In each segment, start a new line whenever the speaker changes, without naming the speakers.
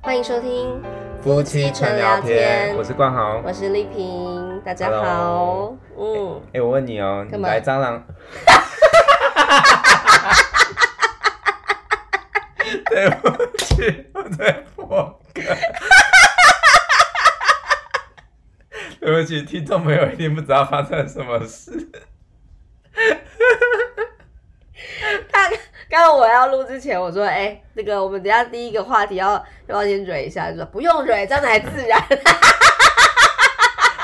欢迎收听，
夫妻纯聊天，
我
我是冠豪。
我是丽萍，大家
Hello
好。嗯，
哎、我问你哦，你
干嘛
来蟑 螂？对不起，我在破梗。对不起，听众朋友一定不知道发生了什么事。
他刚刚我要录之前，我说，哎、那个我们等一下第一个话题要要不要先蕊一下，就说不用蕊，这样才自然。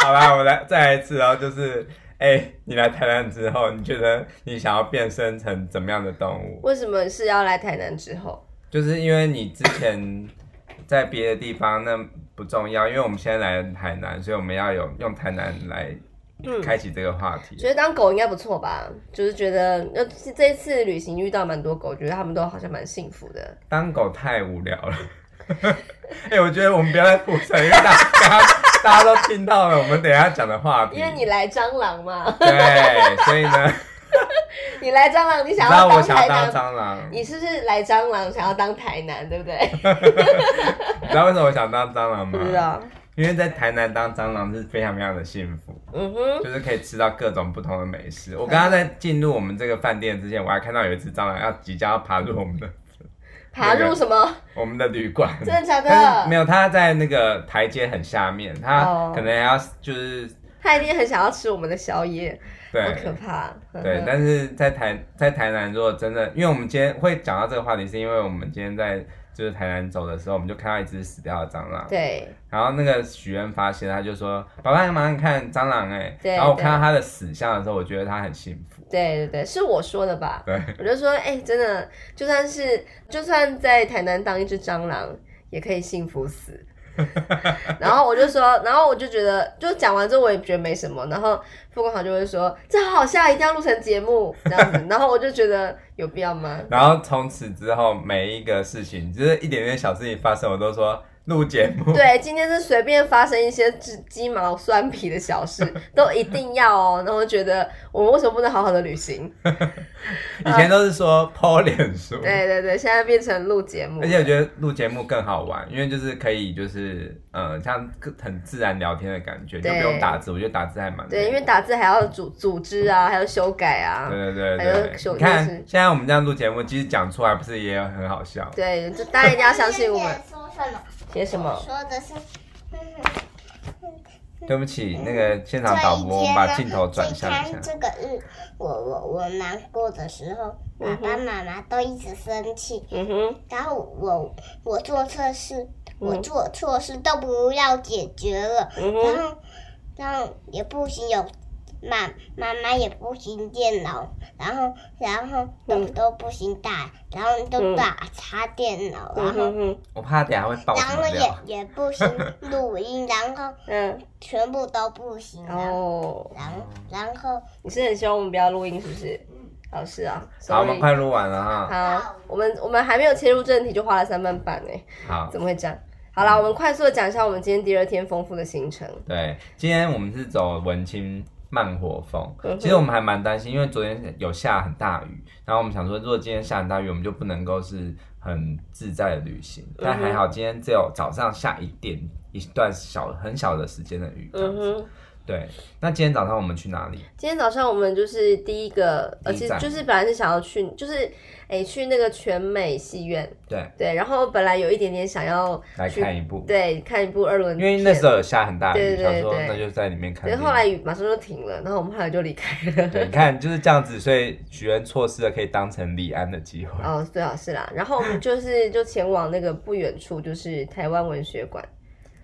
好啦，我来再来一次哦，就是，哎、你来台南之后，你觉得你想要变身成怎么样的动物？
为什么是要来台南之后？
就是因为你之前 在别的地方那不重要，因为我们现在来台南，所以我们要有用台南来
嗯
开启这个话题。
觉得当狗应该不错吧？就是觉得，那这一次旅行遇到蛮多狗，觉得它们都好像蛮幸福的。
当狗太无聊了。 哎、我觉得我们不要再铺陈，因为大家大家都听到了我们等一下讲的话题
因。为你来蟑螂嘛，
对，所以呢，
你来蟑螂，你
你
想
知道
要
我
当
想要
台南，
当蟑螂，
你是不是来蟑螂想要当台南，对不 对？
你知道为什么我想当蟑螂
不
吗？
知道，
因为在台南当蟑螂是非常非常的幸福。
嗯 哼，
就是可以吃到各种不同的美食。我刚刚在进入我们这个饭店之前，我还看到有一只蟑螂要即将要爬入我们的
爬入什么？
我们的旅馆，
真的假
但是没
的？
有，它在那个台阶很下面，它
哦
可能要就是
他一定很想要吃我们的宵夜，好可
对。
怕。
对，但是在台在台南，如果真的，因为我们今天会讲到这个话题，是因为我们今天在就是台南走的时候，我们就看到一只死掉的蟑螂，
对
然后那个许愿发现，他就说：“爸爸，马上看蟑螂哎、
对
然后我看到它的死相的时候，我觉得它很幸福。
对对对，是我说的吧？
对，
我就说，哎、真的，就算是就算在台南当一只蟑螂，也可以幸福 死。然后我就说，然后我就觉得，就讲完之后我也觉得没什么。然后傅光豪就会说，这好好笑，一定要录成节目这样 子。然后我就觉得有必要吗？
然后从此之后，每一个事情，就是一点点小事情发生，我都说录节目。
对，今天是随便发生一些鸡鸡毛蒜皮的小事，都一定要哦。然后觉得我们为什么不能好好的旅行？
以前都是说抛脸书，
对对对，现在变成录节目
而，且我觉得录节目更好玩，因为就是可以就是呃，像很自然聊天的感觉，就
对
不用打字。我觉得打字还蛮累
对，因为打字还要组组织啊，还要修改啊，
对对对
还有
对，
手
你看
就是
现在我们这样录节目，其实讲出来不是也很好笑？
对，就大家一定要相信我
我
们。
说什么？
写什么？
说的是，
对不起，那个现场导播，我们把镜头转向一下。
这个日，我我我难过的时候，爸爸妈妈都一直生气，
嗯哼，
然后我我做错事，我
嗯
做错事都不要解决了，
嗯哼，
然后然后也不行有。妈妈妈也不行电脑，然后然后都
嗯
都不行打，然后
嗯
都打擦电脑，
嗯
然后
哼哼，
我怕等一下会爆
然
什
后
么啊料。
也也不行录音，然后
嗯，
全部都不行。然后
哦，
然后然后
你是很希望我们不要录音是不是？老师啊
好，我们
，sorry。
快录完了哈。
好，我们我们还没有切入正题就花了三分半哎，
好，
怎么会这样？好啦，我们快速的讲一下我们今天第二天丰富的行程。
对，今天我们是走文青慢活风
嗯哼。
其实我们还蛮担心，因为昨天有下很大雨，然后我们想说，如果今天下很大雨，我们就不能够是很自在的旅行。
嗯
但还好，今天只有早上下一点一段小很小的时间的雨这样
嗯
子。
哼，
对，那今天早上我们去哪里？
今天早上我们就是第一个，呃，
第
其
一
实
站
就是本来是想要去，就是哎、去那个全美戏院，
对，
对，然后本来有一点点想要
来
去
看一部，
对看一部二轮
因
片，
为那时候有下很大
对
雨，
对
想说
对
那就在里面看
可是
电影。
后来雨马上就停了，然后我们后来就离开
对，
了
你。看就是这样子，所以许愿错失了可以当成李安的机会。
哦，最好是啦。然后我们就是就前往那个不远处，就是台湾文学馆。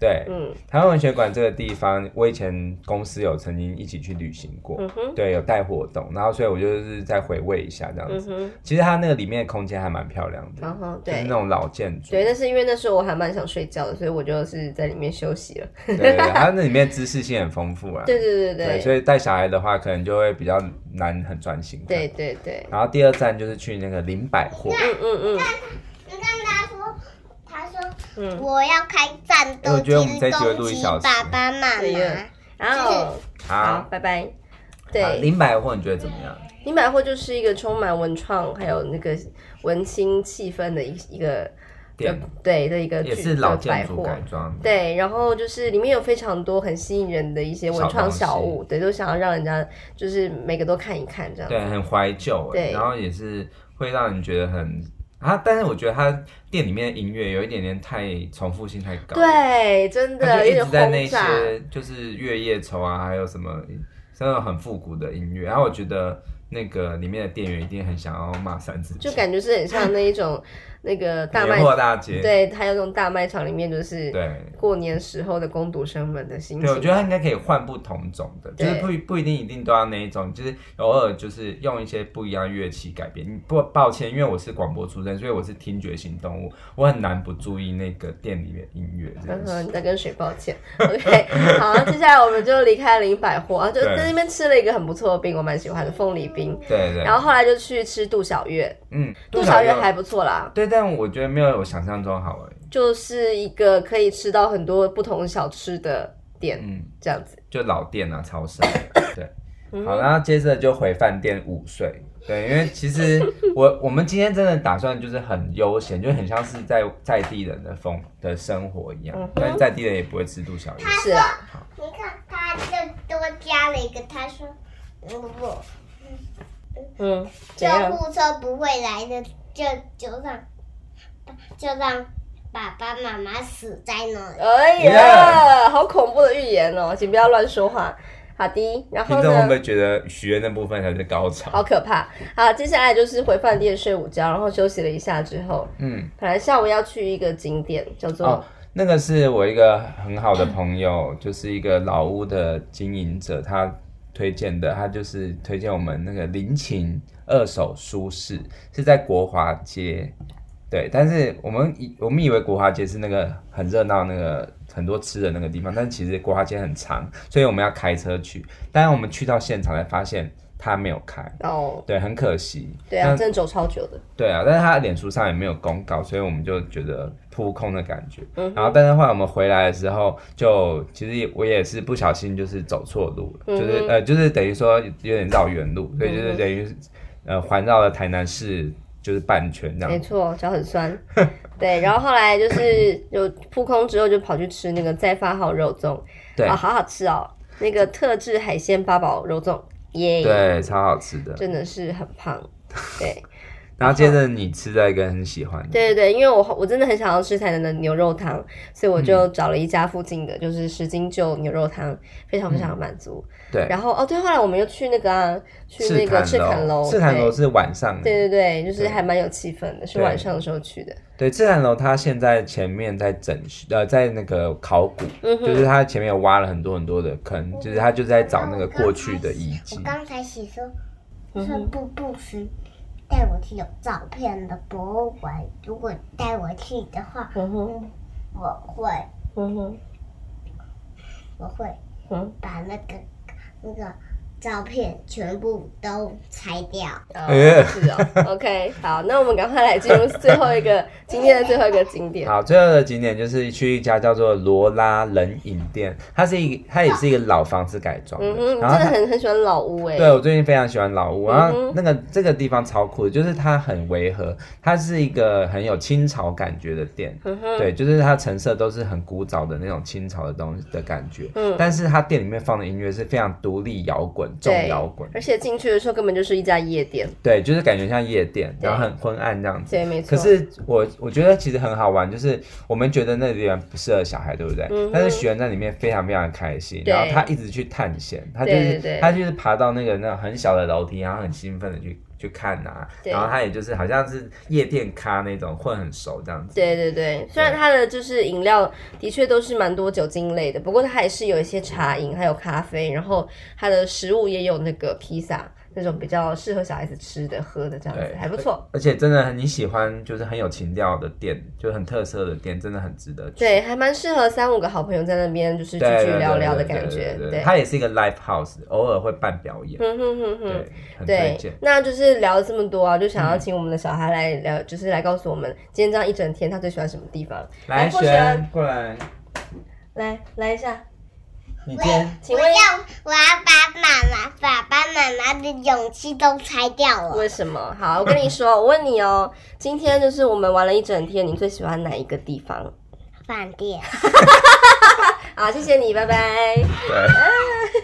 对，
嗯
台湾文学馆这个地方，我以前公司有曾经一起去旅行过，
嗯哼
对，有带活动，然后所以我就是再回味一下这样
嗯
子。
哼，
其实它那个里面的空间还蛮漂亮的，哦
然后
就是
对
那种老建筑，
对，但是因为那时候我还蛮想睡觉的，所以我就是在里面休息了。
对对，对它那里面知识性很丰 富啊。
对对
对，
对
所
对
以带小孩的话，可能就会比较难很专心。
对。对对，
然后第二站就是去那个林百货，
嗯嗯嗯，
你看他说，他说、
嗯
我要开战
哎
斗
我
机
觉得我们这一集会
攻
录一
击
小时
爸爸妈
对
妈
呀。然后好，
好，
拜拜。
好
对，
啊林百货你觉得怎么样？
林百货就是一个充满文创还有那个文青气氛的一一个
店，
对的一个
也
巨
是老
的百
建筑
货。
改装的。
对，然后就是里面有非常多很吸引人的一些文
小
创
东
小
西
物，对，都想要让人家就是每个都看一看这样。
对，很怀旧欸，
对
然后也是会让人觉得很啊，但是我觉得它店里面的音乐有一点点太重复性太高，，
对，真的
就
有
一
点
直在那
轰炸。
些就是月夜愁啊，还有什么真的很复古的音乐，然后我觉得那个里面的店员一定很想要骂三字经，
就感觉是很像那一种那个大卖
年货大街，
对，还有那种大卖场里面就是
对。
过年时候的工读生们的心
对，我觉
情。
得它应该可以换不同种的，就是
对
不不一定一定都要那一种，就是偶尔就是用一些不一样的乐器改编。不，抱歉，因为我是广播出身，所以我是听觉型动物，我很难不注意那个店里面音乐这
嗯
件事。
哼，你在跟谁抱歉 ？OK，好，接下来我们就离开林百货，啊，就
对
在那边吃了一个很不错的冰，我蛮喜欢的凤梨冰。
对对，
然后后来就去吃杜小月，
嗯，
杜小月还不错啦，
对，但我觉得没有我想象中好玩。
就是一个可以吃到很多不同小吃的店，
嗯，
这样子。
就老店啊，超 市。对，
嗯
好，然后接着就回饭店午睡。对，因为其实 我我们今天真的打算就是很悠闲，就很像是在在地人的风的生活一样，
嗯哼
但是在地人也不会吃杜小月。
是啊，
你看他就多加了一个，他说如果
嗯，怎
救
样？
护车不会来的，就就让就让爸爸妈妈死在那里。
哎呀，好恐怖的预言哦，请不要乱说话。好的，然
听
后
众会
呢？
不会觉得许愿那部分才是高潮？
好可怕。好，接下来就是回饭店睡午觉，然后休息了一下之后，
嗯，
本来下午要去一个景点，叫做、
哦，那个是我一个很好的朋友， 就是一个老屋的经营者，他推荐的，他就是推荐我们那个林琴二手书市，是在国华街。对，但是我们以我们以为国华街是那个很热闹、那个很多吃的那个地方，但其实国华街很长，所以我们要开车去。但是我们去到现场才发现他没有开，
哦，
对，很可惜。
对啊，
那
真的走超久的。
对啊，但是他的脸书上也没有公告，所以我们就觉得扑空的感觉。
嗯
然后，但是后来我们回来的时候，就其实也我也是不小心就是走错路了，就
嗯
是
哼
呃，就是等于说有点绕远路，所以
嗯
就是
哼
等于呃环绕了台南市就是半圈这
没
样。
错，脚很 酸。对，然后后来就是 有扑空之后，就跑去吃那个再发好肉粽，
对、
啊、好好吃哦，那个特制海鲜八宝肉粽，耶、
对，超好吃的。
真的是很胖。对
然后接着你吃了一个很喜欢的，
对对对，因为我我真的很想要吃台南的牛肉汤，所以我就找了一家附近的，就是十斤旧牛肉汤，非常非常满足。
嗯对，
然后哦对，后来我们又去那个啊，去那个赤坎楼，
赤坎楼
对
是晚上的，
对对对，就是
对
还蛮有气氛的，是
对
晚上的时候去的。
对，自然楼它现在前面在整修，呃，在那个考古，
嗯哼
就是它前面有挖了很多很多的坑，就是它就在找那个过去的遗迹
我。刚才写说，
嗯
说
哼
不不行，带我去有照片的博物馆。如果带我去的话，
嗯哼，
嗯，我会
嗯哼，
我会
嗯，
把那个那个照片全部都拆掉。
哦
哎
是哦。OK，好， 那我们赶快来进入最后一个今天的最后一个景点。
好，最后的景点就是去一家叫做罗拉冷饮店，它是一个，它也是一个老房子改装
嗯哼，
的，
你真
然后
的
它
很很喜欢老屋哎、
对，我最近非常喜欢老屋，
嗯
然后
哼
那个这个地方超酷的，就是它很违和，它是一个很有清朝感觉的店，
嗯哼，
对，就是它成色都是很古早的那种清朝的东西的感觉，
嗯
但是它店里面放的音乐是非常独立摇滚、重
对
摇滚，
而且进去的时候根本就是一家夜店。
对，就是感觉像夜店，
对
然后很昏暗这样子。
对，没错。
可是我我觉得其实很好玩，就是我们觉得那个地方不适合小孩，对不对？
嗯哼
但是许愿在里面非常非常开心，
对
然后他一直去探险，他就
对
是
对
他就是爬到那个那种很小的楼梯，然后很兴奋的去去看啊，
对
然后他也就是好像是夜店咖那种混很熟这样子。
对对对，虽然它的就是饮料的确都是蛮多酒精类的，不过它还是有一些茶饮，还有咖啡，然后它的食物也有那个披萨那种比较适合小孩子吃的、喝的这样子，
对
还不错。
而且真的很你喜欢，就是很有情调的店，就很特色的店，真的很值得去。
对，还蛮适合三五个好朋友在那边就是聚
对，对
聚聊
对
聊的
对
感
对
觉
对对，
对，
它也是一个 live house，偶尔会办表演，
嗯哼哼哼。
对，很推
对
荐，。
那就是聊了这么多啊，就想要请我们的小孩来聊，
嗯
就是来告诉我们今天这样一整天他最喜欢什么地方。
来，
郭
轩过来，
来来一下，
你今天
请
我
问
要我要把妈妈爸爸妈妈的勇气都拆掉了。
为什么？好，我跟你说，我问你哦， 今天就是我们玩了一整天，你最喜欢哪一个地方？
饭店，
好，谢谢你，拜拜。
对，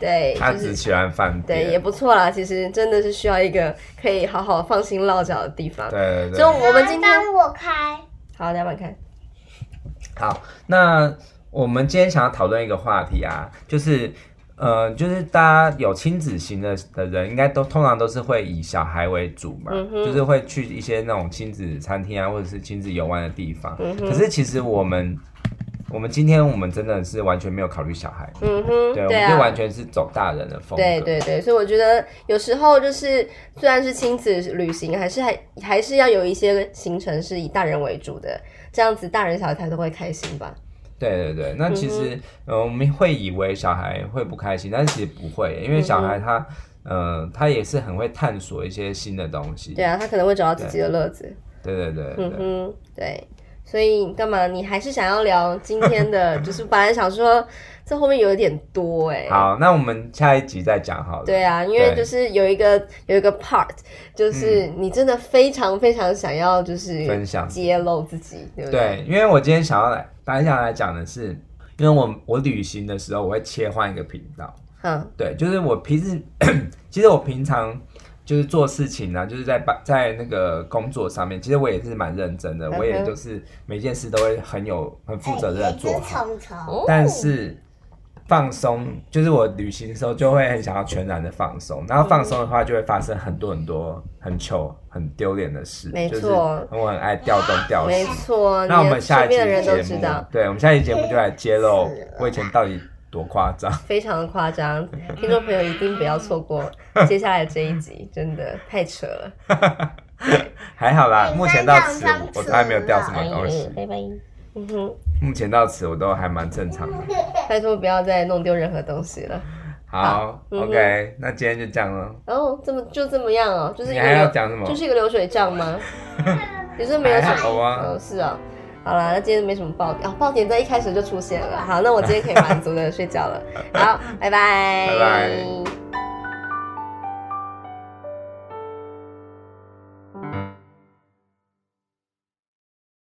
对，
他
就
只
是
喜欢饭
对，
店，
也不错啦。其实真的是需要一个可以好好放心落脚的地方。
对对
所以
对。
我们今天
帮我开，
好，两百看。
好，那我们今天想要讨论一个话题啊，就是。呃，就是大家有亲子型的的人，应该都通常都是会以小孩为主嘛，
嗯哼
就是会去一些那种亲子餐厅啊，或者是亲子游玩的地方。
嗯哼
可是其实我们，我们今天我们真的是完全没有考虑小孩，
嗯哼，
对，我们就
啊
完。全是走大人的风格。
对对对，所以我觉得有时候就是，虽然是亲子旅行，还是还还是要有一些行程是以大人为主的，这样子大人小孩才都会开心吧。
对对对，那其实、
嗯
呃，我们会以为小孩会不开心，但是其实不会，因为小
嗯
孩他、呃，他也是很会探索一些新的东西。
对啊，他可能会找到自己的乐子。
嗯对对对对
嗯哼，对，所以干嘛？你还是想要聊今天 的，就是本来想说这后面有一点多哎、
好，那我们下一集再讲好了。
对啊，因为就是有一个有一个 part，就是你真的非常非常想要就是
嗯分享
揭露自己，对不
对，因为我今天想要来，本来想来讲的是，因为我我旅行的时候我会切换一个频道。
嗯
对，就是我平时， 其实我平常就是做事情啊，就是在办在那个工作上面，其实我也是蛮认真的，我也
嗯哼
就是每件事都会很有很负责任的
哎一只
做好。
虫虫，
哦
但是放松，就是我旅行的时候就会很想要全然的放松，然后放松的话就会发生很多很多很糗、很丢脸的事，
没
就是
错
我很爱掉东掉
没
西。
错，
那我
你
们下
身
一期
边的人都
节
知
目
道，，
对我们下一期节目就来揭露
是
我以前到底多夸张。
非常的夸张，听众朋友一定不要错 过接下来这一集，真的太扯了，
还好啦，
你
啊目前
刚
到
刚
此
刚
我
吃
都还没有掉
了
什么东西。
哎拜拜， 嗯哼，
目前到此我都还蛮正常的。
拜托不要再弄丢任何东西了。
好
嗯
，OK，那今天就这样了。
然后哦这么就这么样哦，就是一
你
个
还要
流
讲什么
就是一个流水账 吗？你是没有什
还好
么？
啊
哦，是哦。好啦，那今天没什么爆点哦，爆点 在一开始就出现了。好，那我今天可以满足的睡觉了。好，拜拜，
拜拜。